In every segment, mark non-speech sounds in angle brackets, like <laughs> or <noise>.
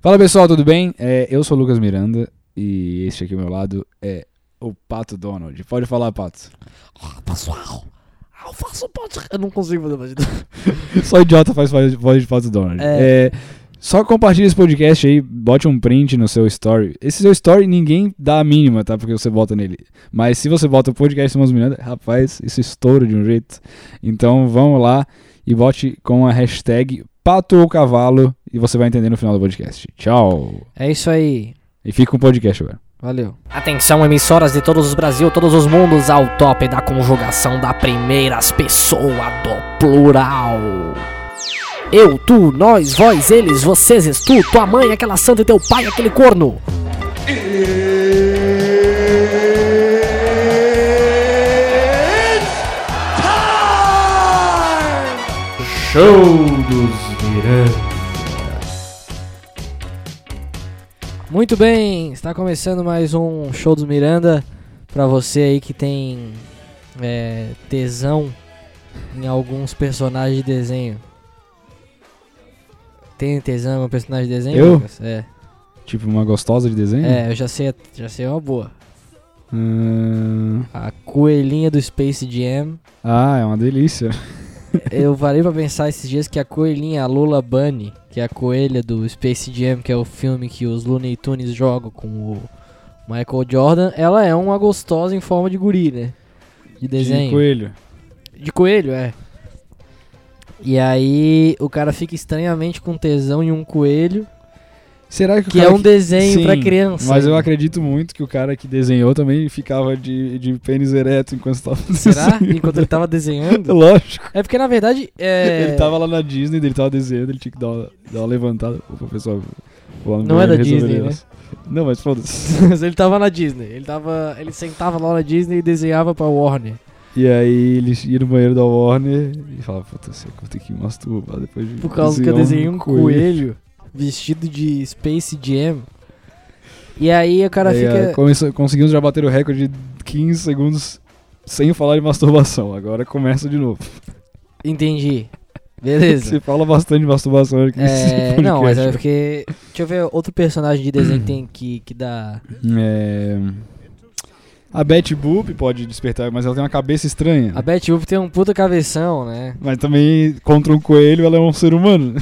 Fala pessoal, tudo bem? É, eu sou o Lucas Miranda e este aqui ao meu lado é o Pato Donald. Pode falar, Pato. Ah, pessoal, eu faço podcast. Eu não consigo fazer mais. <laughs> Só idiota faz voz voz de Pato Donald. É, só compartilha esse podcast aí, bote um print no seu story. Esse seu story ninguém dá a mínima, tá? Porque você bota nele. Mas se você bota o podcast Somos Miranda, rapaz, isso estoura de um jeito. Então vamos lá e bote com a hashtag Pato ou Cavalo e você vai entender no final do podcast. Tchau! É isso aí. E fica com o podcast agora. Valeu. Atenção, emissoras de todos os Brasil, todos os mundos, ao top da conjugação da primeira pessoa do plural. Eu, tu, nós, vós, eles, vocês, es, tu, tua mãe, aquela santa e teu pai, aquele corno. Muito bem, está começando mais um show dos Miranda Pra você aí que tem é, tesão em alguns personagens de desenho. Tem tesão em um personagem de desenho? Eu? Lucas? É, Tipo uma gostosa de desenho? é, eu já sei, já sei uma boa. Hum, A coelhinha do Space Jam. Ah, é uma delícia. Eu parei pra pensar esses dias que a coelhinha, a Lola Bunny, que é a coelha do Space Jam, que é o filme que os Looney Tunes jogam com o Michael Jordan, ela é uma gostosa em forma de guri, né? De desenho. De coelho. De coelho, é. E aí o cara fica estranhamente com tesão em um coelho, Será que o que cara é um desenho Sim, pra criança. Mas eu acredito muito que o cara que desenhou também ficava de, de pênis ereto enquanto estava Será? Enquanto ele tava <laughs> desenhando? Lógico. É porque na verdade é... Ele tava lá na Disney, ele tava desenhando, ele tinha que dar uma, dar uma levantada. Opa, pessoal. vou lá no Não é banheiro da resolver Disney, né? o negócio. Não, mas foda-se. <laughs> Mas ele tava na Disney. Ele tava, ele sentava lá na Disney e desenhava pra Warner. E aí ele ia no banheiro da Warner e falava, puta, você vou ter que me masturbar depois de Por causa que eu desenhei desenhar um coelho vestido de Space Jam. E aí o cara Aí, fica. é, começou- conseguimos já bater o recorde de 15 segundos sem falar de masturbação. Agora começa de novo. Entendi. Beleza. <laughs> Você fala bastante de masturbação aqui nesse É, não, mas podcast. é né? porque. Deixa eu ver outro personagem de desenho que tem que, que dá. É, A Betty Boop pode despertar, mas ela tem uma cabeça estranha. A Betty Boop tem um puta cabeção, né? Mas também, contra um coelho, ela é um ser humano.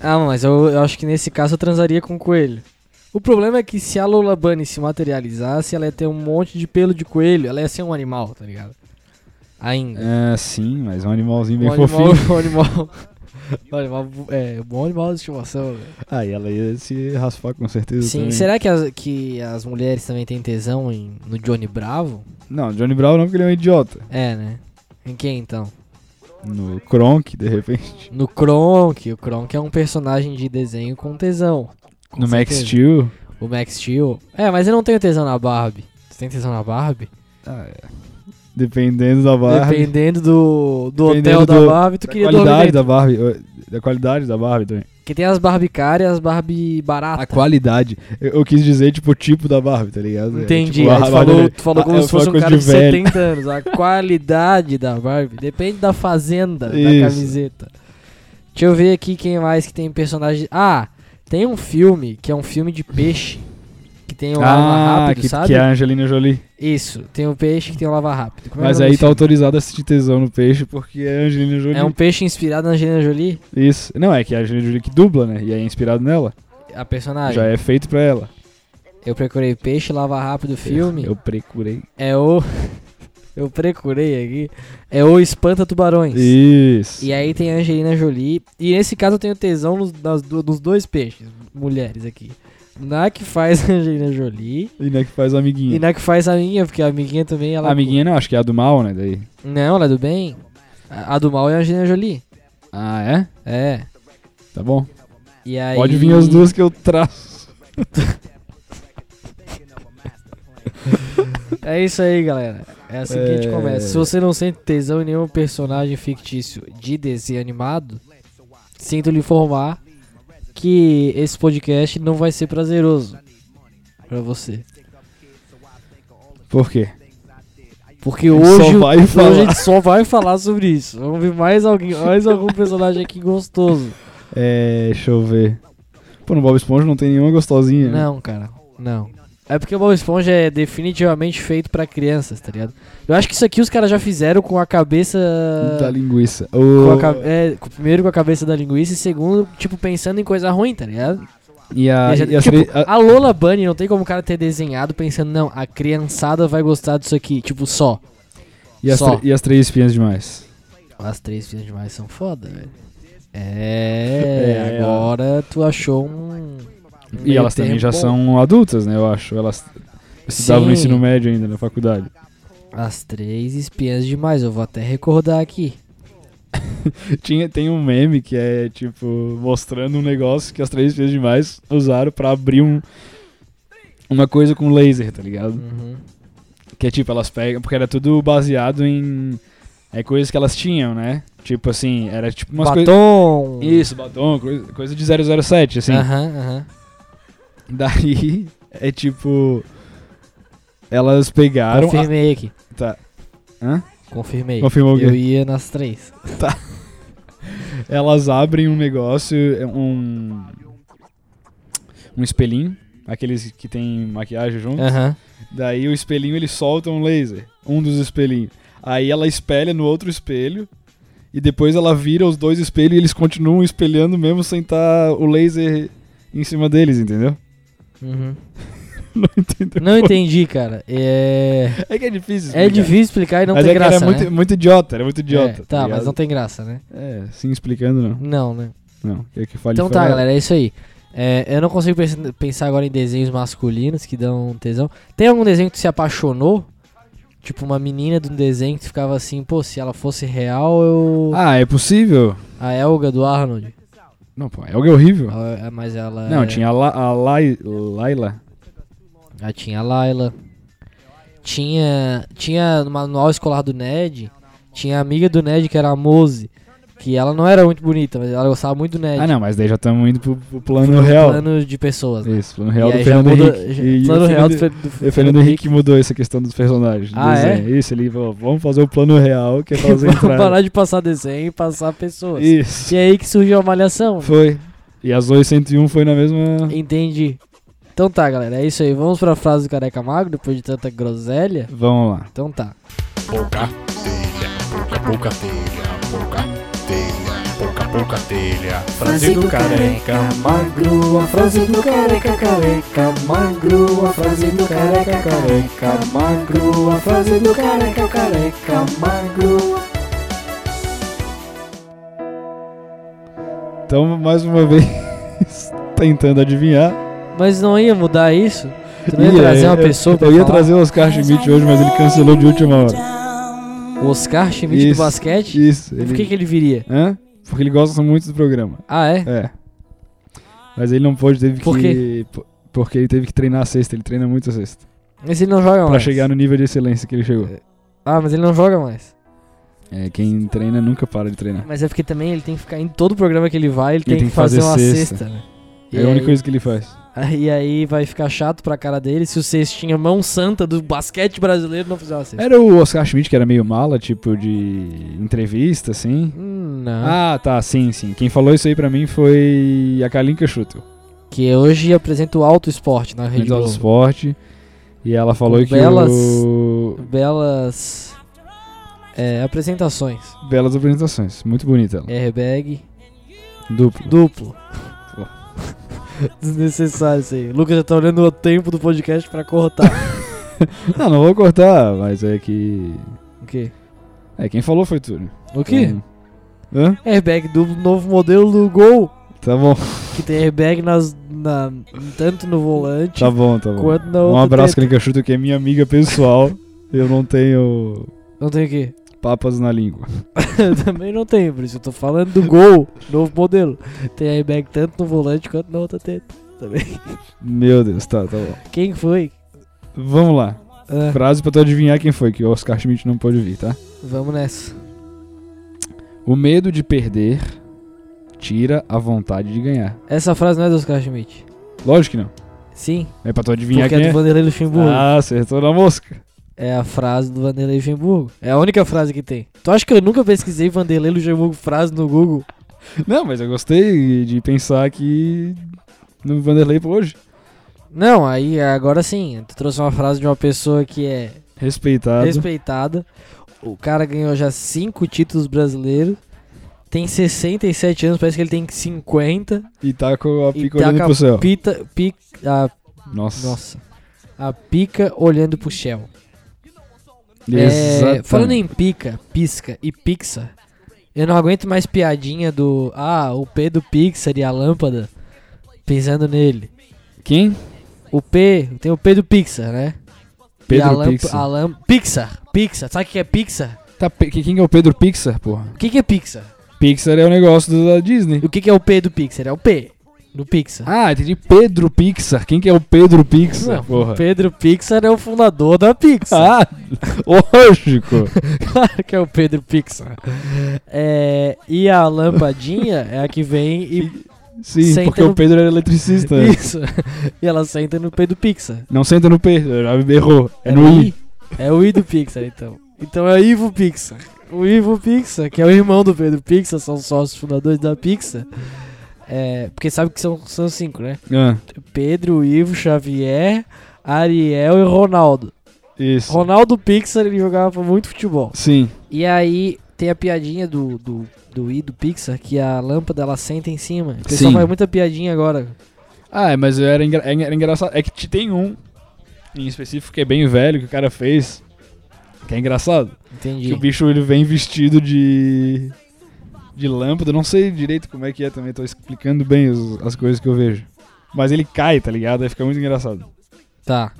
Ah, mas eu, eu acho que nesse caso eu transaria com o coelho. O problema é que se a Lola Bunny se materializasse, ela ia ter um monte de pelo de coelho. Ela ia ser um animal, tá ligado? Ainda. É, sim, mas é um animalzinho bem Um animal, fofinho. <laughs> um animal. Um animal. É, um bom animal de estimação. né? velho. Aí Ah, ela ia se raspar com certeza Sim, também. será que as, que as mulheres também têm tesão em, no Johnny Bravo? Não, Johnny Brown não, porque ele é um idiota. É, né? Em quem então? No Kronk, de repente. No Kronk. O Kronk é um personagem de desenho com tesão. Com no Max certeza. Steel. O Max Steel. É, mas eu não tenho tesão na Barbie. Tu tem tesão na Barbie? Ah, é. Dependendo da barra. Dependendo do, do Dependendo hotel do- da Barbie, tu da queria qualidade dormir. da Barbie. eh, Da qualidade da Barbie também. Porque tem as Barbie cara e as Barbie barata. A qualidade. Eu, eu quis dizer, tipo, o tipo da Barbie, tá ligado? É, Entendi. tipo, Aí a tu Barbie- falou, tu falou Ah, como eu se falo fosse um coisa cara de, velho. 70 anos. A qualidade da Barbie depende da fazenda, Isso. da camiseta. Deixa eu ver aqui quem mais que tem personagem. Ah, tem um filme que é um filme de peixe. Que tem o lava Ah, rápido, que, sabe? que é a Angelina Jolie. Isso, tem o peixe que tem o lava rápido. Como é o Mas nome aí do tá filme? autorizado a assistir tesão no peixe porque é a Angelina Jolie. É um peixe inspirado na Angelina Jolie? Isso. Não, é que é a Angelina Jolie que dubla, né? E aí é inspirado nela. A personagem. Já é feito pra ela. Eu procurei peixe, lava rápido, filme. É, Eu procurei. É o... <laughs> eu procurei aqui. É o Espanta Tubarões. Isso. E aí tem a Angelina Jolie. E nesse caso eu tenho tesão nos, das du- nos dois peixes, mulheres aqui. Na que faz a Angelina Jolie E né, que faz a amiguinha. e na que faz a amiguinha, porque a amiguinha também ela. A amiguinha não, acho que é a do mal, né? Daí. Não, ela é do bem. A, a do mal é a Angelina Jolie. Ah, é? É. Tá bom. E aí. Pode vir as duas que eu traço. É isso aí, galera. É assim que a gente É. começa. Se você não sente tesão em nenhum personagem fictício de desenho animado, sinto lhe informar que esse podcast não vai ser prazeroso pra você. Por quê? Porque gente hoje, só o- vai hoje falar. a gente só vai falar sobre isso. Vamos ver mais alguém, mais algum personagem aqui gostoso. É, deixa eu ver. Pô, no Bob Esponja não tem nenhuma gostosinha. né? Não, cara, não. É porque o Bob Esponja é definitivamente feito pra crianças, tá ligado? Eu acho que isso aqui os caras já fizeram com a cabeça. Da linguiça. é- com O... a ca- é, com- primeiro com a cabeça da linguiça e segundo, tipo, pensando em coisa ruim, tá ligado? E a. E a Ah, E gente- as tipo, tre- a- a Lola Bunny não tem como o cara ter desenhado pensando, não, a criançada vai gostar disso aqui, tipo, só. e as só. tre- e as três espinhas demais. As três filhas demais são foda, velho. É, <laughs> É, agora tu achou um. um E meio elas também termo já bom. são adultas, né? Eu acho. Elas estavam no Sim. ensino médio ainda, na faculdade. As três espiãs demais, eu vou até recordar aqui. Tinha, tem um meme que é, tipo, mostrando um negócio que as três espinhas demais usaram pra abrir um. Uma coisa com laser, tá ligado? Uhum. Que é tipo, elas pegam. Porque era tudo baseado em. É coisas que elas tinham, né? Tipo assim, era tipo umas coisas. Batom! Isso, batom, coisa, coisa de 007, assim. Aham, aham. <laughs> Daí é tipo. Elas pegaram. a- Confirmei aqui. tá. Hã? Confirmei. Confirmou o quê? Eu ia nas três. Elas abrem um negócio, é um. Um espelhinho. Aqueles que tem maquiagem junto. Aham. Daí o espelhinho ele solta um laser. Um dos espelhinhos. Aí ela espelha no outro espelho. E depois ela vira os dois espelhos e eles continuam espelhando mesmo sem estar o laser em cima deles, entendeu? <laughs> Uhum. Não entendeu? Não entendi, cara. É, É que é difícil. é explicar. difícil explicar e não mas tem é que graça. era né? muito, muito idiota, era muito idiota. É, tá, mas ligado? não tem graça, né? É, sim, explicando não. Não, né? Não, quer que fale Então foi tá, ela. galera, é isso aí. É, eu não consigo pens- pensar agora em desenhos masculinos que dão um tesão. Tem algum desenho que tu se apaixonou? Tipo, uma menina de um desenho que tu ficava assim, pô, se ela fosse real, eu. Ah, é possível? A Elga do Arnold. Não, pô, Elga é horrível. A- a- Mas ela. Não, é- tinha a, La, a Lai- Laila. Ah, tinha a Laila. Tinha. Tinha no manual escolar do Ned. Tinha a amiga do Ned, que era a Mose. Que ela não era muito bonita, mas ela gostava muito do Ned. um Ah, não, mas daí já estamos indo pro, pro plano real. É, Plano de pessoas, né? Isso, plano real E do aí já Fernando mudou- Henrique. já- E o plano real do, Fernando- Fer- do O Fernando Henrique mudou essa questão dos personagens. do Ah, é? desenho. Isso, ele falou, vamos fazer o plano real, que é <laughs> fazer Vamos entrar. parar de passar desenho e passar pessoas. E, Isso, é aí que surgiu a malhação. foi. E a Zoe 101 foi na mesma... Entendi. Então tá, galera, é isso aí. Vamos pra frase do careca magro, depois de tanta groselha. Vamos lá. Então tá. pouca telha, pouca, pouca telha, pouca telha, pouca, pouca telha. Frase do careca magro, a frase do careca careca magro, a frase do careca careca magro, a frase do careca careca magro. Então, mais uma vez, <laughs> tentando adivinhar. Mas não ia mudar isso? Tu não ia Ih, trazer eu- uma pessoa Eu, pra eu ia falar? trazer o Oscar Schmidt hoje, mas ele cancelou de última hora. o Oscar Schmidt Isso, do basquete? Isso. Ele... Por que, que ele viria? Hã? Porque ele gosta muito do programa. Ah, é? É. Mas ele não pôde, teve Por que. po- Porque ele teve que treinar a sexta, ele treina muito a sexta. Mas ele não joga mais. Pra chegar no nível de excelência que ele chegou. Ah, mas ele não joga mais. É, quem treina nunca para de treinar. Mas é porque também ele tem que ficar em todo programa que ele vai, ele tem, tem que que fazer, fazer uma cesta. cesta, né? E É a aí- única coisa que ele faz. <laughs> E aí vai ficar chato pra cara dele se o cestinha mão santa do basquete brasileiro não fizer uma cesta. Era o Oscar Schmidt que era meio mala, tipo, de entrevista, assim. Hum, Não. Ah, tá, sim, sim. Quem falou isso aí pra mim foi a Kalinka Schutel. Que hoje apresenta o Alto Esporte na Rede Rede do Globo. Esporte. E ela falou que belas- o... Belas é, apresentações. Belas apresentações. Muito bonita ela. Airbag É. Duplo. duplo. <laughs> Desnecessário isso aí. Lucas já tá olhando o tempo do podcast pra cortar. Não, não vou cortar, mas é que... o quê? É, quem falou foi tu. né? O quê? Então, Hã? Airbag duplo, novo modelo do Gol. Tá bom, Que tem airbag nas, na, tanto no volante tá bom, tá bom. quanto na Um outra abraço, teta. Kalinka Schutel, que é minha amiga pessoal. Eu não tenho Não tem o quê? papas na língua. Eu <laughs> também não tenho, por isso eu tô falando do Gol, novo modelo. Tem airbag tanto no volante quanto na outra teta também. Meu Deus, tá, tá bom. Quem foi? Vamos lá. Ah, Frase pra tu adivinhar quem foi, que o Oscar Schmidt não pôde vir, tá? vamos nessa. O medo de perder tira a vontade de ganhar. Essa frase não é do Oscar Schmidt. Lógico que não. Sim, É pra tu adivinhar porque é quem do Vanderlei Luxemburgo. Ah, acertou na mosca. É a frase do Vanderlei Luxemburgo. É a única frase que tem. Tu acha que eu nunca pesquisei Vanderlei Luxemburgo frase no Google? Não, mas eu gostei de pensar que no Vanderlei por hoje. Não, aí agora sim, tu trouxe uma frase de uma pessoa que é Respeitado. respeitada. O cara ganhou já cinco títulos brasileiros. Tem 67 anos, parece que ele tem 50. E tá com a e pica tá olhando com pro a céu. pita, pica, a, Nossa. nossa. A pica olhando pro céu. É, Exatamente. falando em pica, pisca e pixa, eu não aguento mais piadinha do. Ah, o P do Pixar e a lâmpada. Pensando nele. Quem? O P, tem o P do Pixar, né? e a Pedro lâmp- Pixar. a lâmp- Pixar. Pixar. Sabe o que é Pixar? Tá, pe- que- quem é o Pedro Pixar, porra? O que, que é Pixar? Pixar é o negócio do- da Disney. O que, que é o P do Pixar? É o P do Pixar. Ah, entendi. Pedro Pixar. Quem que é o Pedro Pixar, Não, porra? Pedro Pixar é o fundador da Pixar. Ah, <laughs> lógico. Claro <laughs> que é o Pedro Pixar. É, e a lampadinha é a que vem <laughs> e. Sim, Senta porque no- o Pedro era eletricista. <laughs> Isso. E ela senta no P do Pixar. Não senta no Pedro, já errou. É o no I. É o I do Pixar, então. Então é o Ivo Pixar. O Ivo Pixar, que é o irmão do Pedro Pixar, são sócios fundadores da Pixar. É, porque sabe que são, são cinco, né? Ah, Pedro, Ivo, Xavier, Ariel e Ronaldo. isso. Ronaldo Pixar, ele jogava muito futebol. Sim. E aí tem a piadinha do, do, do I do Pixar, que a lâmpada ela senta em cima. O pessoal Sim. faz muita piadinha agora. Ah, é, mas era, engra- era engraçado. É que te- tem um em específico que é bem velho que o cara fez. Que é engraçado. Entendi. Que o bicho ele vem vestido de. de lâmpada. Não sei direito como é que é também, tô explicando bem os- as coisas que eu vejo. Mas ele cai, tá ligado? Aí fica muito engraçado. Tá.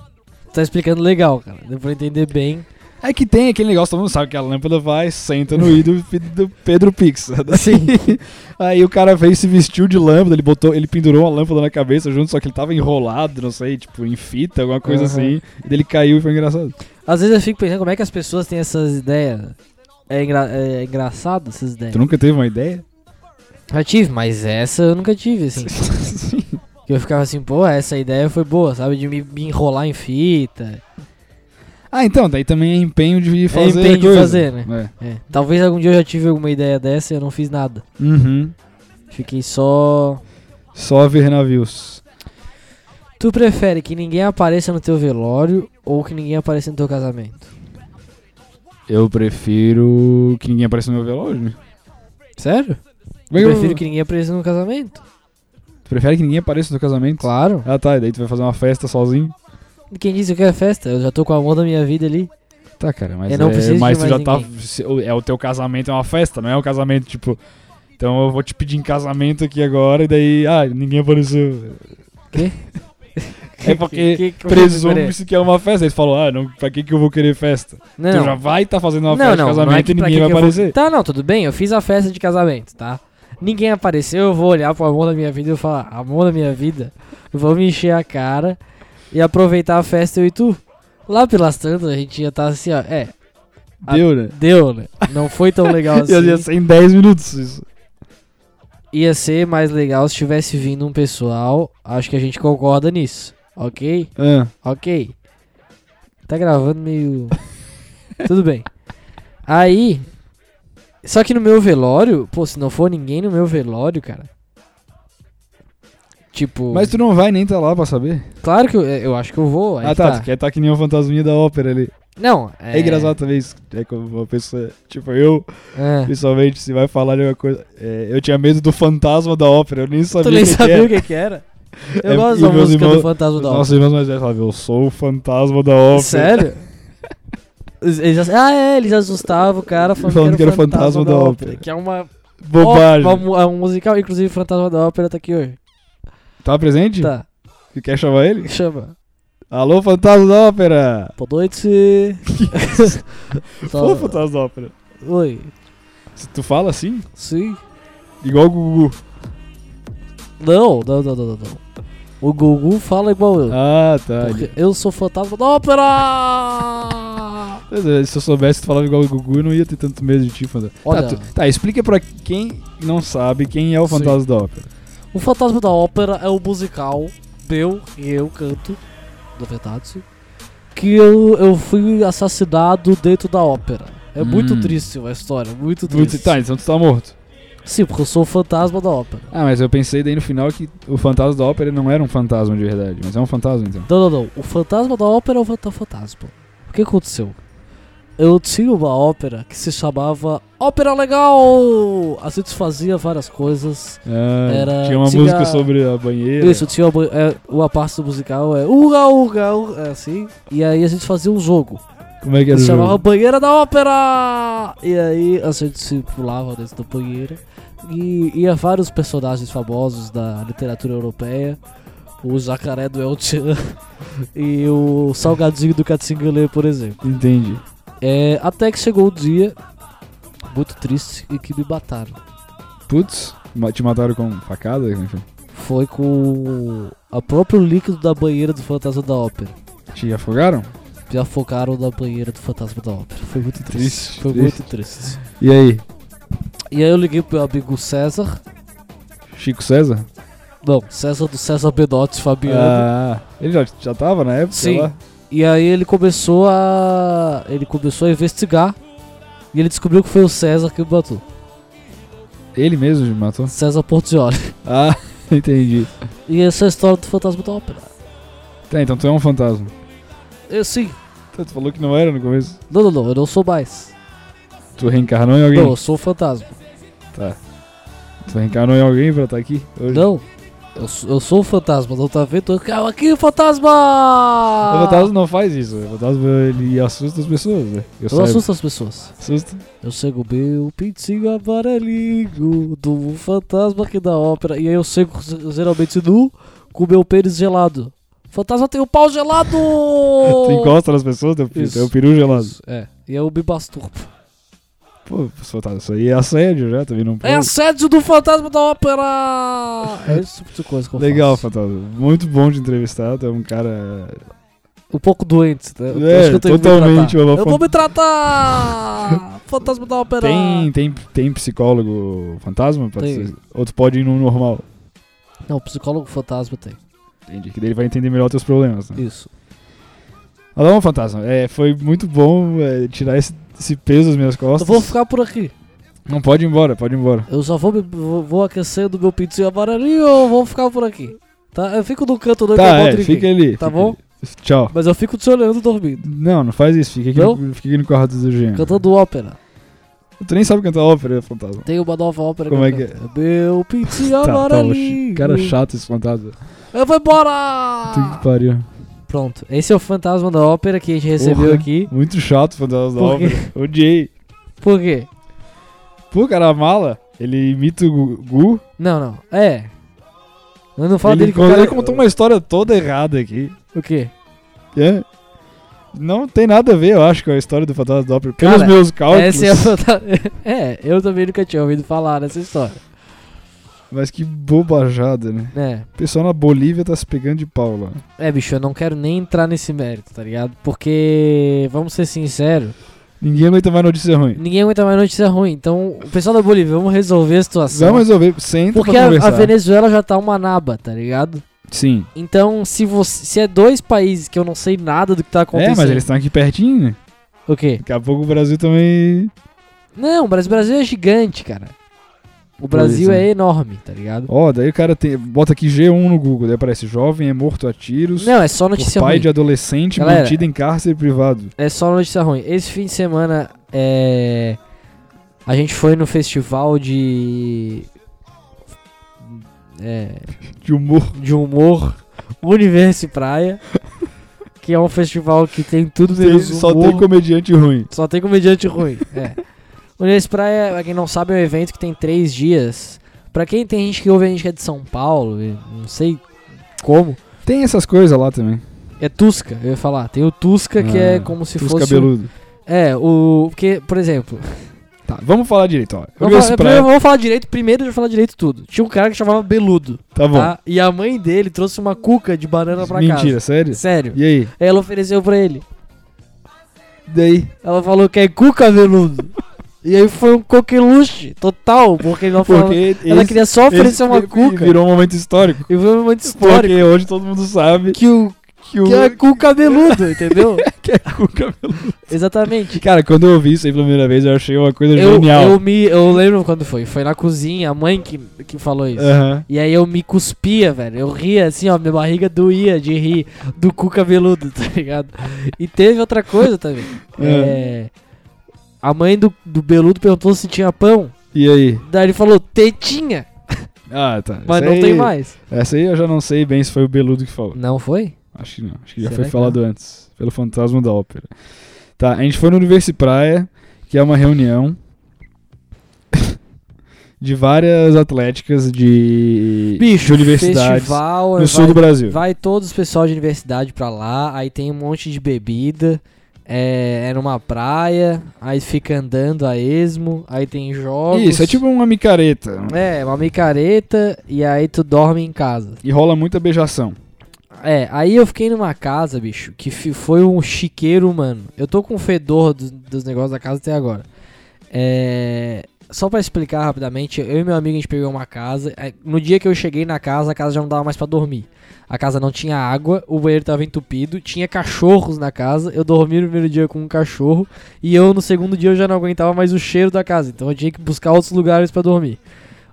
Tá explicando legal, cara. Deu pra entender bem. É que tem aquele negócio, todo mundo sabe que a lâmpada vai, senta no <laughs> ídolo do Pedro Pixar. Sim. <laughs> Aí o cara veio e se vestiu de lâmpada, ele botou, ele pendurou uma lâmpada na cabeça junto, só que ele tava enrolado, não sei, tipo, em fita, alguma coisa Aham. assim. E daí ele caiu e foi engraçado. Às vezes eu fico pensando como é que as pessoas têm essas ideias. É, engra- é engraçado essas ideias. Tu nunca teve uma ideia? Já tive, mas essa eu nunca tive, <laughs> assim. Sim. Que eu ficava assim, pô, essa ideia foi boa, sabe? De me, me enrolar em fita. Ah, então, daí também é empenho de fazer. empenho de coisa. fazer, né? É. Talvez algum dia eu já tive alguma ideia dessa e eu não fiz nada. É. Uhum. Fiquei só. Só ver navios. Tu prefere que ninguém apareça no teu velório ou que ninguém apareça no teu casamento? Eu prefiro que ninguém apareça no meu velório, né? Sério? Como é que eu eu- prefiro que ninguém apareça no casamento. Tu prefere que ninguém apareça no teu casamento? Claro. Ah tá, e daí tu vai fazer uma festa sozinho? Quem disse que eu quero festa? Eu já tô com o amor da minha vida ali. Tá, cara, mas, Eu não é- preciso de mas tu mais já tá. se- É o teu casamento, é uma festa, não é um casamento, tipo. Então eu vou te pedir em casamento aqui agora e daí. Ah, ninguém apareceu. Quê? <laughs> É porque Que- que- que- presume-se que é uma festa. Aí tu falou, ah, não, pra que, que eu vou querer festa? Não, Tu já vai tá fazendo uma festa de é casamento que e pra ninguém que vai que eu vou- aparecer. Tá, não, tudo bem, eu fiz a festa de casamento, tá? Ninguém apareceu, eu vou olhar pro amor da minha vida e eu falar, amor da minha vida, vou me encher a cara e aproveitar a festa eu e tu. Lá pelas tantas a gente ia estar assim, ó, é, Ah, Deu, né? deu, né? Não foi tão <laughs> legal assim. Eu ia ser em 10 minutos isso. Ia ser mais legal se tivesse vindo um pessoal, acho que a gente concorda nisso, ok? Ah, Ok. Tá <laughs> gravando meio. Tudo bem. Aí. Só que no meu velório, pô, se não for ninguém no meu velório, cara. Tipo. Mas tu não vai nem tá lá pra saber. Claro que eu, é, eu acho que eu vou. aí ah, que tá, tá. tu quer tá que nem uma fantasminha da ópera ali. Não, É, é. engraçado também isso. É como uma pessoa. Tipo, eu, <laughs> É. principalmente, se vai falar de uma coisa. é, eu tinha medo do fantasma da ópera, eu nem sabia. Tu nem quem que sabia era. o que, que era? Eu É, gosto e da meus música do irmãos- Fantasma Os da nossos irmãos mais velhos falavam, eu sou o fantasma da ópera. Ópera. Sério? Eles- eles- ah, é, eles assustavam o cara falando, que era o Fantasma, da, ópera, Que é uma Bobagem. ópera, um- é um musical, inclusive o Fantasma da Ópera tá aqui hoje. Tá presente? Tá, Tu Quer chamar ele? chama. Alô, fantasma da ópera! Boa <laughs> noite. Ô, Só- fantasma da ópera. Oi. Se tu fala assim, Sim. igual o Gugu. Não, não, não, não, não, não. O Gugu fala igual eu. Ah, tá. porque eu sou fantasma da ópera! Pois é, se eu soubesse que tu falava igual o Gugu, eu não ia ter tanto medo de ti, fantasma. Olha. Tá, tu- tá, explica pra quem não sabe quem é o Sim. fantasma da ópera. O fantasma da ópera é o musical meu e eu canto, na verdade, sim, que eu, eu fui assassinado dentro da ópera. É muito Hum. triste a história, muito Tu, triste. tá, então tu tá morto. Sim, porque eu sou o fantasma da ópera. Ah, mas eu pensei daí no final que o fantasma da ópera não era um fantasma de verdade, mas é um fantasma então. Não, não, não. O fantasma da ópera é o fanta- fantasma. O que aconteceu? Eu tinha uma ópera que se chamava Ópera Legal! A gente fazia várias coisas. Ah, Era- tinha uma tinha- música sobre a banheira. Isso, tinha uma, é, uma parte do musical, é Uga, Uga, uga, é assim. E aí a gente fazia um jogo. Como é que Que era o se chamava jogo? Banheira da Ópera! E aí a gente se pulava dentro da banheira. E ia vários personagens famosos da literatura europeia. O jacaré do El Chan <laughs> e o salgadinho do Katzingalê, por exemplo. Entendi. É, até que chegou o dia muito triste e que me mataram. Putz, ma- te mataram com facada? Enfim. Foi com o próprio líquido da banheira do Fantasma da Ópera. Te afogaram? Me afogaram na banheira do Fantasma da Ópera. Foi muito triste. Triste, Foi triste. muito triste. E aí? E aí eu liguei pro meu amigo César. Chico César? Não, César do César Benotti Fabiano. Ah, ele já, já tava na época? Sim. sei lá? E aí ele começou a. Ele começou a investigar. E ele descobriu que foi o César que me matou. Ele mesmo me matou? César Portioli. Ah, <laughs> entendi. E essa é a história do Fantasma da Ópera. Tá, então tu é um fantasma. Eu, sim. Tá, Tu falou que não era no começo. Não, não, não, eu não sou mais. Tu reencarnou em alguém? Não, eu sou o fantasma. Tu reencarnou em alguém pra estar aqui? Hoje? Não. Eu, sou- eu sou o fantasma, não tá vendo? Eu caio aqui, fantasma! O fantasma não faz isso. O fantasma ele assusta as pessoas, né? Eu, Eu saiba. assusto as pessoas. Assusta. Eu cego meu pintinho amarelinho do fantasma aqui da ópera. E aí eu cego g- geralmente nu com meu pênis gelado. Fantasma tem o pau gelado! <laughs> Tu encosta nas pessoas, teu, pi- Oh. Isso. teu peru gelado. É, e eu me masturbo. Pô, fantasma, isso aí é assédio já, também não É assédio do fantasma da ópera! É esse tipo de coisa que eu Legal, faço. fantasma. Muito bom de entrevistar. Tu é um cara. um pouco doente, né? Eu É, acho que eu tenho totalmente Que me tratar. uma eu fan- vou me <laughs> tratar! Fantasma da ópera! Tem, tem, tem psicólogo fantasma? Pra Tem. ser- Ou tu pode ir no normal? Não, psicólogo fantasma tem. Entendi. Que daí ele vai entender melhor teus problemas, né? Isso. Mas vamos, fantasma. É, foi muito bom é, tirar esse, esse peso das minhas Eu costas. vou ficar por aqui. Não pode ir embora, pode ir embora. Eu já vou, me, vou vou aquecendo meu pintinho amarelinho, eu vou ficar por aqui. Tá? Eu fico no canto não tá, encontro é, ninguém. fica ali. Tá fica bom? ali. Tchau. Mas eu fico te olhando dormindo. Não, não faz isso. Fica aqui, Não? no, fica aqui no quarto do Jean. Cantando ópera. Tu nem sabe cantar ópera, fantasma. Tem uma nova ópera Como eu é que é? canto. Meu pintinho Tá, tá, o chi- amarelinho. cara chato esse fantasma. Puta Eu vou embora! que pariu. Pronto. Esse é o fantasma da ópera que a gente recebeu Porra. aqui. Muito chato o fantasma da Por quê? ópera. Odiei. Por quê? Pô, cara, a mala, ele imita o Gu- Gu. Não, não. É. Eu não falo ele, dele que o con- cara... é ele contou uma história toda errada aqui. O quê? É. Não tem nada a ver, eu acho, com a história do fantasma da ópera. Pelos Cara, meus cálculos. Essa é, a fanta- <laughs> é, eu também nunca tinha ouvido falar nessa história. Mas que bobajada, né? É. O pessoal na Bolívia tá se pegando de pau lá. É, bicho, eu não quero nem entrar nesse mérito, tá ligado? Porque, vamos ser sinceros, Ninguém aguenta mais notícia ruim. ninguém aguenta mais notícia ruim. Então, o pessoal da Bolívia, vamos resolver a situação. Vamos resolver, senta porque pra a, conversar. a Venezuela já tá uma naba, tá ligado? Sim. Então, se você se é dois países que eu não sei nada do que tá É, acontecendo. mas eles estão aqui pertinho, né? O quê? Daqui a pouco o Brasil também... Não, mas o Brasil é gigante, cara. O Brasil Pois é. é enorme, tá ligado? Ó, daí o cara tem- bota aqui G1 no Google, daí aparece jovem é morto a tiros... Não, é só Por notícia pai ruim. de adolescente Galera. mantido em cárcere privado. É só notícia ruim. Esse fim de semana é. A gente foi no festival de. É, De humor. de humor Universo e Praia. Que é um festival que tem tudo Tem- menos só humor, tem comediante ruim. só tem comediante ruim. É. Universo e Praia, pra quem não sabe, é um evento que tem três dias. Pra quem tem gente que ouve a gente que é de São Paulo, e não sei como. Tem essas coisas lá também. É Tusca, eu ia falar. Tem o Tusca, que Ah, é como se Os fosse. um- cabeludos. É, o. Porque, por exemplo, Tá, vamos falar direito, ó. Eu Vamos gosto falar, de primeiro, praia. vamos falar direito, primeiro eu vou falar direito tudo. Tinha um cara que chamava Beludo, Tá bom. tá? E a mãe dele trouxe uma cuca de banana pra Mentira, sério? casa. Sério. E aí? Ela ofereceu pra ele. Daí? Ela falou que é cuca Beludo. e aí foi um coqueluche total, porque ele não falou. Porque Ela esse- queria só oferecer esse uma vi- cuca. Virou um momento histórico. E foi um momento histórico Porque hoje todo mundo sabe que o <laughs> que o que é cuca Beludo, entendeu? que é cu cabeludo. Exatamente. Cara, quando eu ouvi isso aí pela primeira vez, eu achei uma coisa Eu, <laughs> genial. eu, me, eu lembro quando foi. Foi na cozinha, a mãe que, que falou isso. Aham. E aí eu me cuspia, velho. Eu ria assim, ó. Minha barriga doía de rir do cu cabeludo, <laughs> tá ligado? E teve outra coisa também. É, a mãe do, do Beludo perguntou se tinha pão. E aí? Daí ele falou, tetinha. Ah, tá. Mas Essa não aí- tem mais. Essa aí eu já não sei bem se foi o Beludo que falou. Não é foi? Acho que não. Acho que já Será foi que falado antes. Pelo Fantasma da Ópera. Tá, a gente foi no Universo Praia, que é uma reunião <laughs> de várias atléticas de, de universidades festival, no sul do vai, Brasil. vai todos os pessoal de universidade pra lá. Aí tem um monte de bebida. É, é numa praia. Aí fica andando a esmo. Aí tem jogos. Isso, é tipo uma micareta. né? É, uma micareta e aí tu dorme em casa. E rola muita beijação. É, aí eu fiquei numa casa, bicho, que fi- foi um chiqueiro, mano. Eu tô com o fedor dos, dos negócios da casa até agora. É. Só pra explicar rapidamente, eu e meu amigo a gente pegou uma casa. aí, No dia que eu cheguei na casa, a casa já não dava mais pra dormir. A casa não tinha água, o banheiro tava entupido, tinha cachorros na casa. Eu dormi no primeiro dia com um cachorro e eu no segundo dia eu já não aguentava mais o cheiro da casa, então eu tinha que buscar outros lugares pra dormir.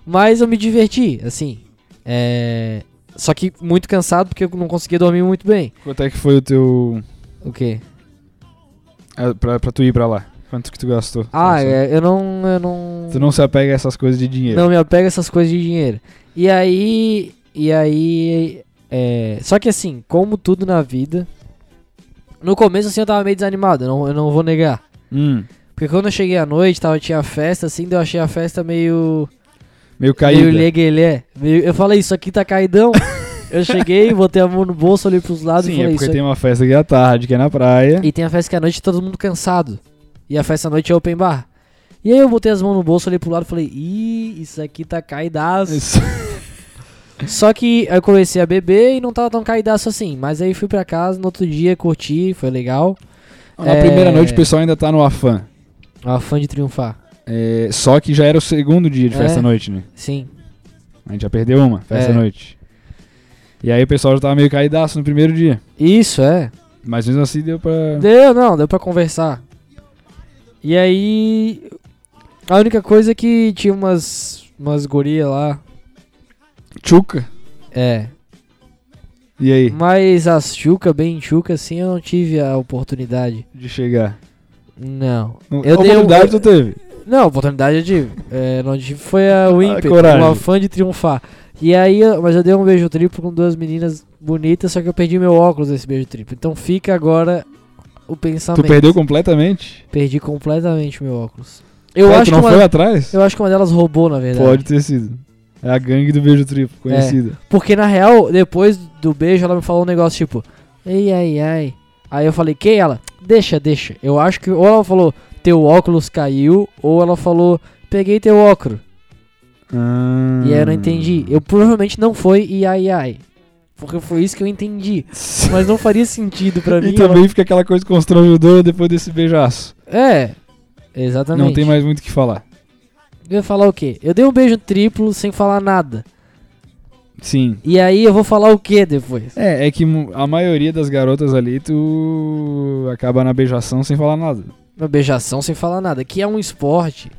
Mas eu me diverti, assim. É. Só que muito cansado porque eu não conseguia dormir muito bem. Quanto é que foi o teu. O quê? ah, Pra, pra tu ir pra lá? Quanto que tu gastou? Tu Ah, não sabe? é, eu não. Eu não. Tu não se apega a essas coisas de dinheiro. Não me apego a essas coisas de dinheiro. E aí. E aí. é, Só que assim, como tudo na vida. No começo assim eu tava meio desanimado, eu não, eu não vou negar. Hum, Porque quando eu cheguei à noite, tava, tinha festa, assim, daí eu achei a festa meio. meio caído. Meio leguelé. Meio... Eu falei, isso aqui <laughs> tá caidão. eu cheguei, botei a mão no bolso, olhei pros lados e Sim, é falei, porque Ah, isso tem uma festa aqui à tarde, que é na praia. E tem a festa que é à noite todo mundo cansado. E a festa à noite é open bar. E aí eu botei as mãos no bolso, olhei pro lado e falei, ih, isso aqui tá caidaço. Isso. <laughs> Só que aí eu comecei a beber e não tava tão caidaço assim. Mas aí fui pra casa no outro dia, curti, foi legal. Na É. primeira noite o pessoal ainda tá no afã. Ó, fã de triunfar. É, só que já era o segundo dia de É. festa à noite, né? Sim. A gente já perdeu uma, festa à É. noite. E aí o pessoal já tava meio caidaço no primeiro dia. Isso, é. Mas mesmo assim deu pra. Deu, não, deu pra conversar. E aí. A única coisa é que tinha umas. umas gurias lá. Tchuca. É. E aí? Mas as chuca, bem chuca, assim, eu não tive a oportunidade. De chegar. Não. Não- Eu dei oportunidade um- tu teve. Não, oportunidade eu tive. É, não tive foi a o ímpeto, Ah, coragem. o afã de triunfar. E aí, eu- mas eu dei um beijo triplo com duas meninas bonitas, só que eu perdi meu óculos nesse beijo triplo. Então fica agora o pensamento. Tu perdeu completamente? Perdi completamente meu óculos. Eu, Ué, acho tu que não uma, foi atrás? eu acho que uma delas roubou, na verdade. Pode ter sido. É a gangue do beijo É. triplo, conhecida. Porque na real, depois do beijo, ela me falou um negócio tipo: Ei, ai, ai. Aí eu falei: Quem ela? Deixa, deixa. Eu acho que ou ela falou: Teu óculos caiu, ou ela falou: Peguei teu óculos. Ah. E aí eu não <laughs> entendi. Eu provavelmente não foi e ai, ai. Porque foi isso que eu entendi. Mas não faria sentido pra mim. <laughs> E também fica aquela coisa constrangedora depois desse beijaço. ela- É. Exatamente. Não tem mais muito o que falar. Eu ia falar o quê? Eu dei um beijo triplo sem falar nada. Sim. E aí eu vou falar o quê depois? É, é que mu- a maioria das garotas ali, tu acaba na beijação sem falar nada. Uma beijação sem falar nada. Que é um esporte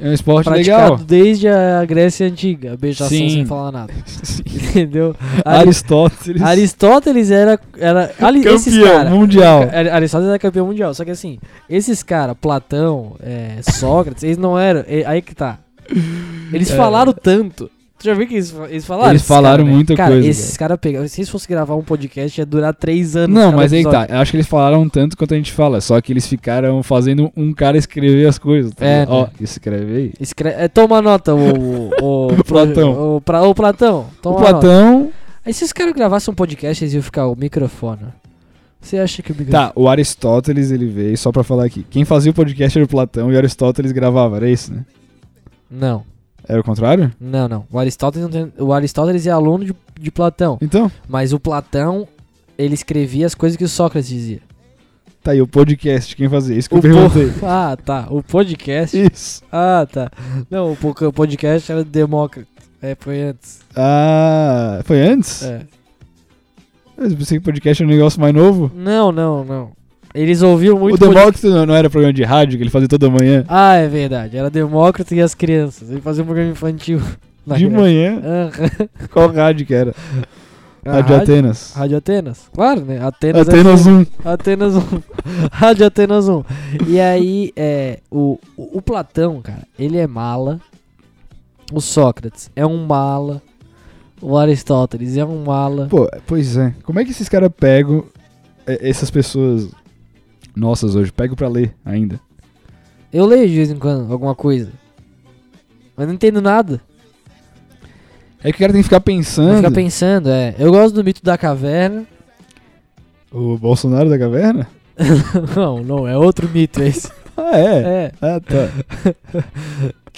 É um esporte praticado <laughs> legal. desde a Grécia Antiga, a beijação Sim. sem falar nada. <laughs> Entendeu? Ari- Aristóteles. Aristóteles era. era ali, <laughs> esses campeão cara, mundial. Ari- Aristóteles era é campeão mundial, só que assim, esses caras, Platão, é, Sócrates, eles não eram. e- aí que tá. <laughs> Eles É. falaram tanto. Tu já viu que eles, fa- eles falaram? Eles esses falaram cara, né? muita cara, coisa, Esses caras pegaram. Se eles fossem gravar um podcast, ia durar três anos. Não, cada mas aí que episódio. tá. Eu acho que eles falaram tanto quanto a gente fala. Só que eles ficaram fazendo um cara escrever as coisas. tá É, ligado? Ó, né? escreve aí. Escre é, toma nota, o, o, <laughs> o, Platão. O, pra, o Platão. Toma o Nota. Platão. Aí se os caras gravassem um podcast, eles iam ficar o microfone. Você acha que o microfone. Tá, o Aristóteles ele veio, só pra falar aqui. Quem fazia o podcast era o Platão e o Aristóteles gravava, era isso, né? Não, Era o contrário? não, não. O Aristóteles, não tem- o Aristóteles é aluno de, de Platão. Então, Mas o Platão, ele escrevia as coisas que o Sócrates dizia. tá aí o podcast, quem fazia? Isso que O eu perguntei. po- <laughs> Ah, tá. O podcast. Isso. Ah, tá. Não, o po- o podcast era Demócrito. É, foi antes. Ah, foi antes? É. Eu pensei que podcast era um é negócio mais novo. Não, não, não. Eles ouviam muito. o Demócrito não- não era programa de rádio que ele fazia toda manhã? Ah, é verdade. Era Demócrito e as crianças. Ele fazia um programa infantil. <laughs> na de grande. manhã? Aham. Qual rádio que era? É. A rádio rádio- Atenas. Rádio Atenas? Claro, né? Atenas, Atenas 1. Atenas 1. <laughs> Rádio Atenas 1. E aí, é, o, o o Platão, cara, ele é mala. O Sócrates é um mala. O Aristóteles é um mala. Pô, pois é. Como é que esses caras pegam é, essas pessoas nossas hoje? Pego pra ler ainda. Eu leio de vez em quando alguma coisa. Mas não entendo nada. É que o cara tem que ficar pensando. Vai ficar pensando, é. Eu gosto do mito da caverna. <laughs> O Bolsonaro da caverna? não, não, é outro mito esse. Ah, <laughs> é. É. Ah, tá.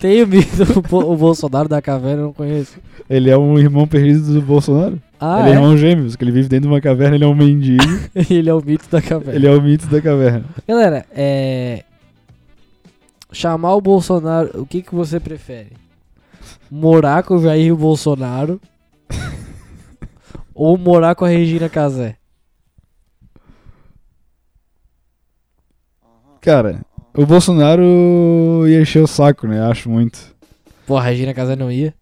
Tem o mito, o, Bo- o Bolsonaro da caverna, eu não conheço. Ele é um irmão perdido do Bolsonaro. Ah, ele é, é? <laughs> irmão gêmeos, que ele vive dentro de uma caverna, ele é um mendigo, ele é o mito da caverna. ele é o mito da caverna. Galera, é. Chamar o Bolsonaro, o que, que você prefere? Morar com o Jair Bolsonaro ou morar com a Regina Casé? Cara, o Bolsonaro ia encher o saco, né? Acho muito. Pô, a Regina Casé não ia?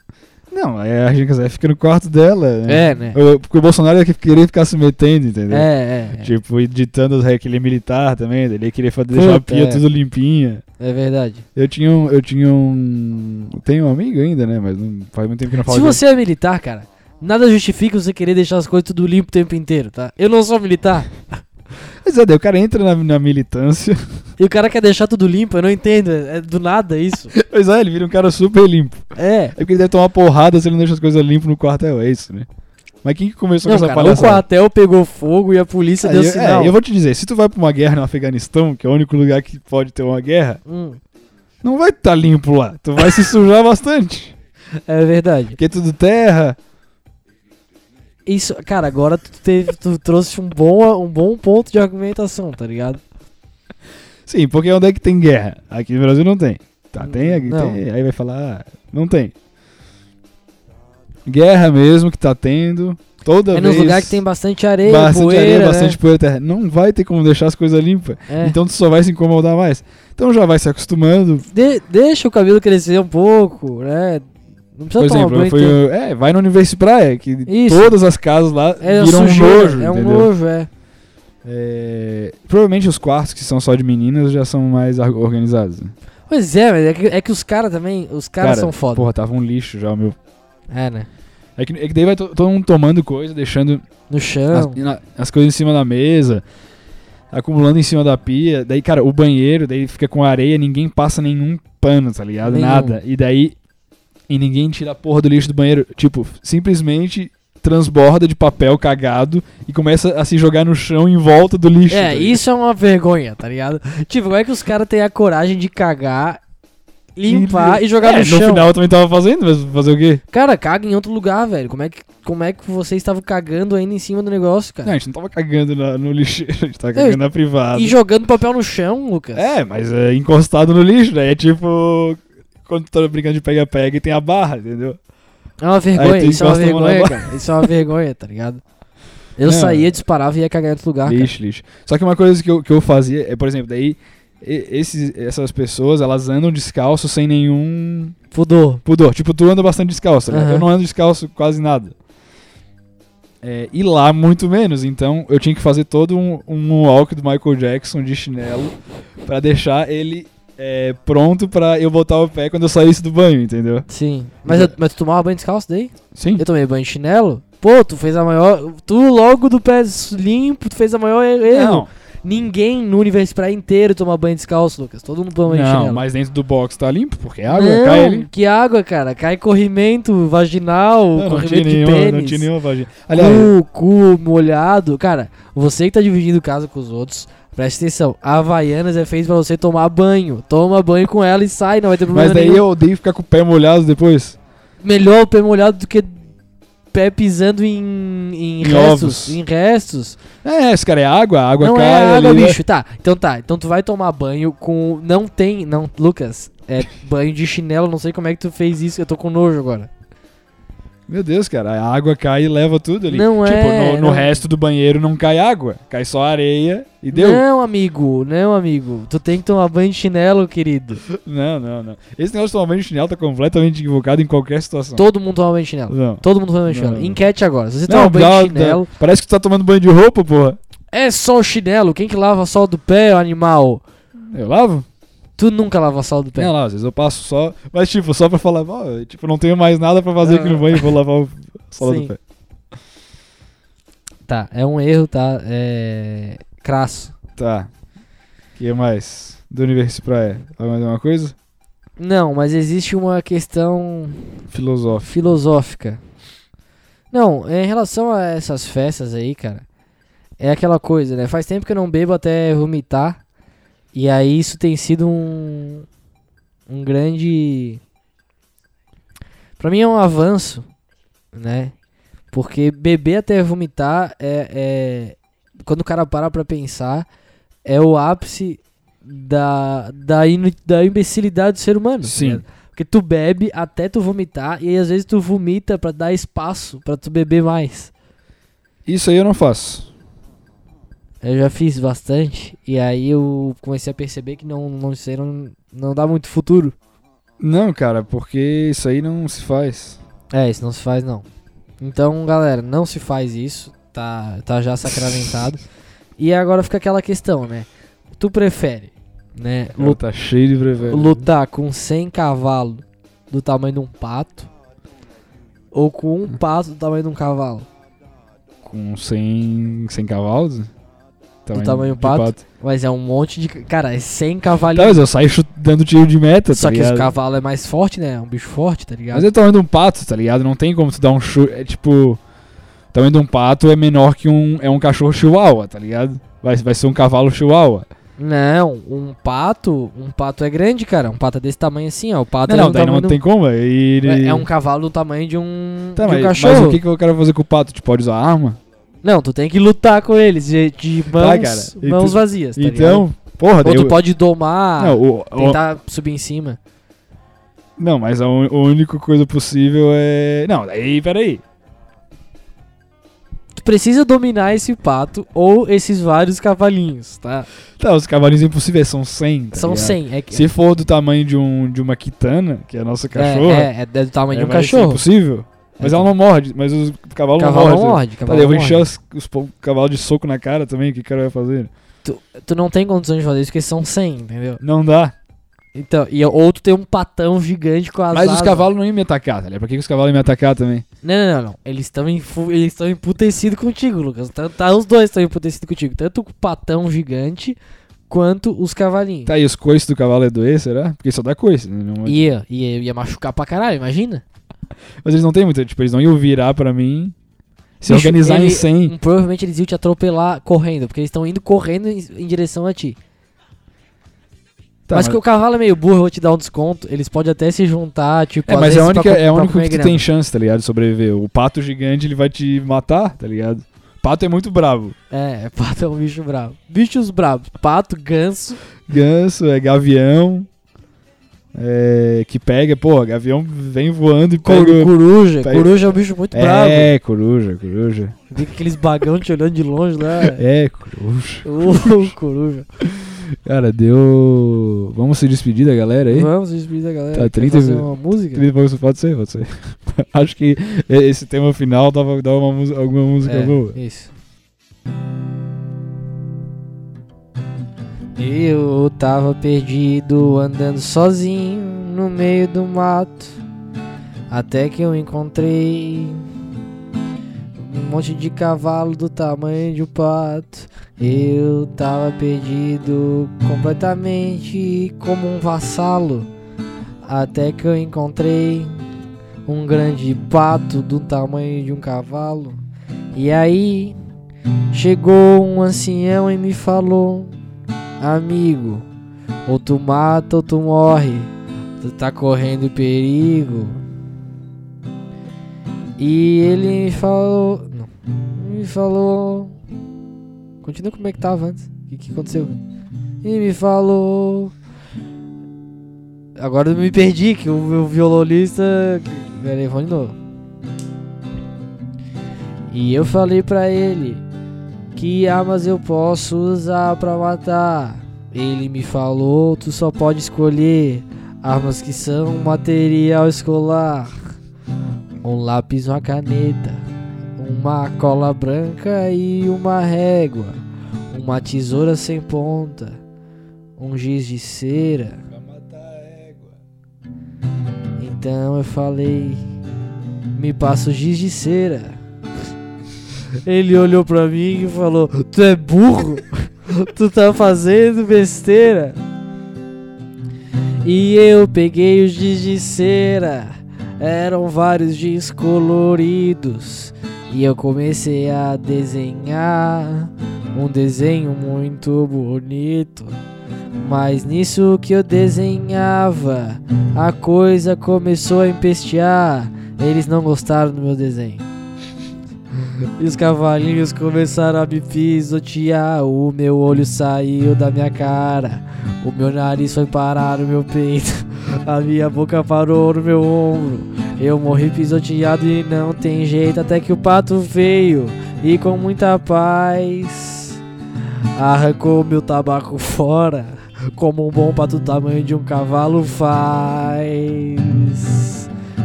Não, aí a Regina Casé fica no quarto dela, né? É, né? Eu- Porque o Bolsonaro ia querer ficar se metendo, entendeu? É, é, Tipo, ir ditando as regras, ele é militar também, ele ia querer fa- deixar a Puta, pia é. tudo limpinha. é, é verdade. Eu tinha um. Eu tinha um. Tenho um amigo ainda, né? Mas não, faz muito tempo que eu não falo Se com ele. você é militar, cara, nada justifica você querer deixar as coisas tudo limpo o tempo inteiro, tá? Eu não sou militar Mas é, daí o cara entra na, na militância. <laughs> e o cara quer deixar tudo limpo, eu não entendo, é é do nada isso. Pois é, ele vira um cara super limpo. É. É porque ele deve tomar porrada se ele não deixa as coisas limpas no quartel, é isso, né? Mas quem que começou Não, com essa cara, o palhaçada? quartel pegou fogo e a polícia Ah, deu eu, sinal. é, eu vou te dizer, se tu vai pra uma guerra no Afeganistão, que é o único lugar que pode ter uma guerra, Hum, não vai estar tá limpo lá. Tu vai se sujar <laughs> bastante. é verdade. Porque é tudo terra. Isso, cara, agora tu, teve, tu trouxe um bom, um bom ponto de argumentação, tá ligado? Sim, porque onde é que tem guerra? Aqui no Brasil não tem. Tá, tem, aqui Hum, Não. tem. Aí vai falar, ah, não tem. Guerra mesmo que tá tendo. Toda É vez. nos lugares que tem bastante areia, bastante poeira, areia, né? bastante poeira, terra. Não vai ter como deixar as coisas limpas. É. Então tu só vai se incomodar mais. Então já vai se acostumando. De- deixa o cabelo crescer um pouco, né? Não precisa Por tomar né? exemplo, banho eu fui, inteiro. é, vai no Universo Praia, que Isso. todas as casas lá É viram sujeira, um nojo, é um entendeu? nojo, é. É, provavelmente os quartos que são só de meninas já são mais ar- organizados. né? Pois é, mas é que, é que os caras também, os caras Cara, são foda. Porra, tava um lixo já o meu. É, né? É que, é que daí vai to- todo mundo tomando coisa, deixando No as, chão. É, na- as coisas em cima da mesa, acumulando em cima da pia. Daí, cara, o banheiro, daí fica com areia, ninguém passa nenhum pano, tá ligado? Nenhum. Nada. E daí. E ninguém tira a porra do lixo do banheiro. Tipo, simplesmente transborda de papel cagado e começa a se jogar no chão em volta do lixo. tá É, ligado? isso é uma vergonha, tá ligado? Tipo, como é que os caras têm a coragem de cagar, limpar e, jogar É, no chão? final eu também tava fazendo, mas fazer o quê? Cara, caga em outro lugar, velho. Como é que, como é que você estava cagando ainda em cima do negócio, Não, a cara? gente não tava cagando na- no lixeiro, <laughs> a gente tava cagando na privada. E jogando papel no chão, Lucas. É, mas é encostado no lixo, né? É tipo quando tu tá brincando de pega-pega e tem a barra, entendeu? É uma Aí vergonha, tu isso é uma encosta a mão vergonha, na cara. Isso é uma vergonha, tá ligado? Eu Não. saía, disparava e ia cagar em outro lugar, Tá, cara. lixo, lixo. Só que uma coisa que eu, que eu fazia é, por exemplo, daí e- esses, essas pessoas, elas andam descalço sem nenhum Fudor. pudor. Tipo, tu anda bastante descalço, né? Aham. Eu não ando descalço quase nada. É, e lá, muito menos. Então, eu tinha que fazer todo um, um walk do Michael Jackson de chinelo pra deixar ele é, pronto pra eu botar o pé quando eu saísse do banho, entendeu? Sim. Mas, eu- mas tu tomava banho descalço daí? Sim. Eu tomei banho de chinelo? Pô, tu fez a maior. Tu logo do pé limpo, tu fez a maior er- erro. Não, Ninguém no universo praia inteiro toma banho descalço, Lucas. Todo mundo toma banho de não chinelo. mas dentro do box tá limpo, porque é água, não, cai ali. que água, cara. Cai corrimento vaginal, Não, não tinha corrimento de nenhuma, pênis. não tinha nenhuma vagina. Aliás, Cu, cu molhado. Cara, você que tá dividindo casa com os outros, presta atenção. A Havaianas é feita pra você tomar banho. Toma banho com ela e sai, não vai ter problema mas daí nenhum. eu odeio ficar com o pé molhado depois. Melhor o pé molhado do que pé pisando em, em Em restos. ovos. Em restos. É, esse cara é água, a água não cai é água, ali, né? bicho. Tá, então tá. Então tu vai tomar banho com... Não tem... Não, Lucas, é banho de chinelo. Não sei como é que tu fez isso. Eu tô com nojo agora. Meu Deus, cara, a água cai e leva tudo ali. Não tipo, é, no, no não. resto do banheiro não cai água, cai só areia e deu. Não, amigo, não, amigo. Tu tem que tomar banho de chinelo, querido. Não, não, não. Esse negócio de tomar banho de chinelo tá completamente equivocado em qualquer situação. Todo mundo toma banho de chinelo. Não. Todo mundo toma banho de Não, chinelo. não. Enquete agora. Se você Não, toma banho de dá- dá- chinelo, Parece que tu tá tomando banho de roupa, porra. é só o chinelo. Quem que lava sol do pé, ô animal? Eu lavo? Tu nunca lava sol do pé. Não, lá, às vezes eu passo só. Mas, tipo, só pra falar, ó, eu, tipo, não tenho mais nada pra fazer aqui no Ah. banho, vou lavar o <laughs> sola Sim. do pé. Tá, é um erro, tá? É. Crasso. Tá. O que mais? Do universo praia. Mais alguma coisa? Não, mas existe uma questão Filosófico. filosófica. Não, é em relação a essas festas aí, cara, é aquela coisa, né? Faz tempo que eu não bebo até vomitar. E aí isso tem sido um um grande Pra mim é um avanço, né? Porque beber até vomitar é, é quando o cara para pra pensar, é o ápice da da, inu- da imbecilidade do ser humano. tá Sim. ligado? Porque tu bebe até tu vomitar e aí às vezes tu vomita pra dar espaço pra tu beber mais. Isso aí eu não faço. Eu já fiz bastante e aí eu comecei a perceber que não não sei, não, não dá muito futuro. Não, cara, porque isso aí não se faz. É, isso não se faz não. Então, galera, não se faz isso, tá tá já sacramentado. e agora fica aquela questão, né? Tu prefere, né, Cara, tá cheio de brevê. lutar com 100 cavalos do tamanho de um pato ou com um pato do tamanho de um cavalo? Com 100, 100 cavalos? né? tamanho de pato? Mas é um monte de. Cara, é 100 Tá, cavalinhos. mas eu saio chut- dando tiro de meta, Só tá que ligado? o cavalo é mais forte, né? É um bicho forte, tá ligado? Mas é o tamanho de um pato, tá ligado? Não tem como tu dar um chu... É tipo... O tamanho de um pato é menor que um... É um cachorro chihuahua, tá ligado? Vai, vai ser um cavalo chihuahua. Não, um pato. Um pato é grande, cara. Um pato é desse tamanho assim, ó. O pato Não, é não, do daí não tamanho tem como. Ele... de um- é- É um cavalo do tamanho de um, Tá, de um mas, mas cachorro. o que, que eu quero fazer com o pato? Tu pode usar arma? Não, tu tem que lutar com eles de, de mãos, Tá, cara. E mãos tu- vazias, tá ligado? então, porra, daí Ou tu eu- pode domar, Não, o- o- Ah, tentar subir em cima. não, mas a, un- a única coisa possível é... Não, daí, peraí. Tu precisa dominar esse pato ou esses vários cavalinhos, tá? Tá, os cavalinhos impossíveis são 100, tá São ligado? 100. É, que- Se for do tamanho de, um, de uma quitana, que é a nossa cachorra... É, é, é do tamanho de um vai ser cachorro. impossível. assim, Mas É. ela não morde, mas os cavalos não Cavalo mordem. não morde, Tá, cavalo daí eu vou não encher morde. os, os po- cavalos de soco na cara também, o que o cara vai fazer? Tu não tem condições de fazer isso porque são 100, entendeu? Não dá. Então, e ou tu tem um patão gigante com as Mas os asas. cavalos não iam me atacar, tá ligado? Pra que, que os cavalos iam me atacar também? Não, não, não, não. Eles estão infu... eles estão emputecidos contigo, Lucas. Tá, tá- os dois estão emputecidos contigo, tanto o patão gigante quanto os cavalinhos. Tá, e os coices do cavalo é doer, será? Porque só dá coice, né? Não- Ia, ia, ia machucar pra caralho, imagina. Mas eles não têm muita, tipo, eles não iam virar pra mim se Bicho, organizar em ele- 100. Provavelmente eles iam te atropelar correndo, porque eles estão indo correndo em, em direção a ti. Tá, mas, que o cavalo é meio burro, eu vou te dar um desconto. Eles podem até se juntar, tipo, É, às mas é vezes o único, pra, co- é o pra único comer que tu grama. tem chance, tá ligado? De sobreviver. O pato gigante, ele vai te matar, tá ligado? Pato é muito bravo. É, <laughs> pato é um bicho bravo. Bichos bravos. Pato, ganso. Tá Ganso, é gavião. É, que pega, pô, gavião vem voando e pega. Coru- coruja. pega- Coruja é um bicho muito bravo. Tá É, coruja, coruja. Fica aqueles bagão te olhando de longe lá. <laughs> É, coruja. Ô, coruja. Cara, deu. Vamos se despedir da galera aí? Vamos despedir da galera. Tá, Quer 30 fazer minutos. uma música? Pode pode ser, pode ser. <laughs> Acho que esse tema final dava, dava uma, mus- alguma música boa. É, isso. Eu tava perdido andando sozinho no meio do mato. Até que eu encontrei um monte de cavalo do tamanho de um pato. Eu tava perdido completamente como um vassalo. Até que eu encontrei um grande pato do tamanho de um cavalo. E aí chegou um ancião e me falou: Amigo, ou tu mata ou tu morre, tu tá correndo perigo. E ele me falou. Não, me falou. Continua como é que tava antes. O que, que aconteceu? E me falou. Agora eu me perdi, que o meu violonista. Peraí, vamos de novo. E eu falei pra ele que armas eu posso usar pra matar. Ele me falou, tu só pode escolher armas que são material escolar. Um lápis, uma caneta, uma cola branca e uma régua, uma tesoura sem ponta, um giz de cera. Então eu falei, me passa o giz de cera. Ele olhou pra mim e falou: Tu é burro? Tu tá fazendo besteira? E eu peguei o giz de cera. Eram vários giz coloridos. E eu comecei a desenhar um desenho muito bonito. Mas nisso que eu desenhava, a coisa começou a empestear. Eles não gostaram do meu desenho. E os cavalinhos começaram a me pisotear. O meu olho saiu da minha cara. O meu nariz foi parar no meu peito. A minha boca parou no meu ombro. Eu morri pisoteado e não tem jeito. Até que o pato veio e com muita paz arrancou meu tabaco fora. Como um bom pato do tamanho de um cavalo faz.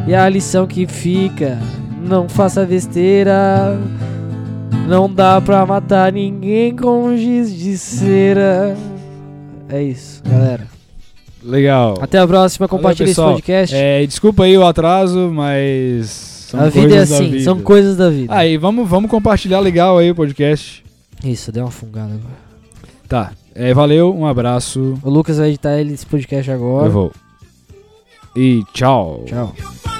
E a lição que fica: não faça besteira. Não dá pra matar ninguém com um giz de cera. É isso, galera. Legal. Até a próxima. Valeu, Compartilha esse pessoal. podcast. É, desculpa aí o atraso, mas. São a vida é coisas da assim, vida. são coisas da vida. Aí, vamos, vamos compartilhar legal aí o podcast. Isso, deu uma fungada agora. Tá. É, valeu, um abraço. O Lucas vai editar ele esse podcast agora. Eu vou. E tchau. Tchau. You're fine.